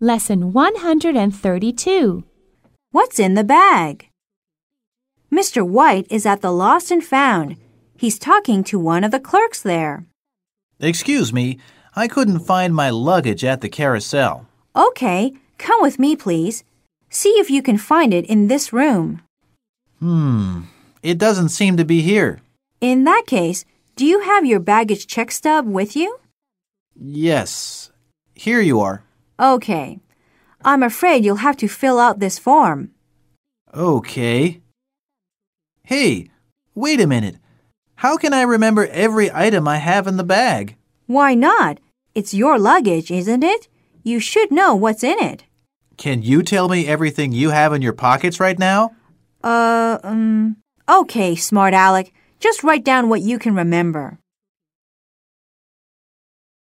Lesson 132. What's in the bag? Mr. White is at the lost and found. He's talking to one of the clerks there. Excuse me, I couldn't find my luggage at the carousel. Okay, come with me, please. See if you can find it in this room. Hmm, it doesn't seem to be here. In that case, do you have your baggage check stub with you? Yes, here you are. Okay. I'm afraid you'll have to fill out this form. Okay. Hey, wait a minute. How can I remember every item I have in the bag? Why not? It's your luggage, isn't it? You should know what's in it. Can you tell me everything you have in your pockets right now? Uh, um. Okay, smart Alec. Just write down what you can remember.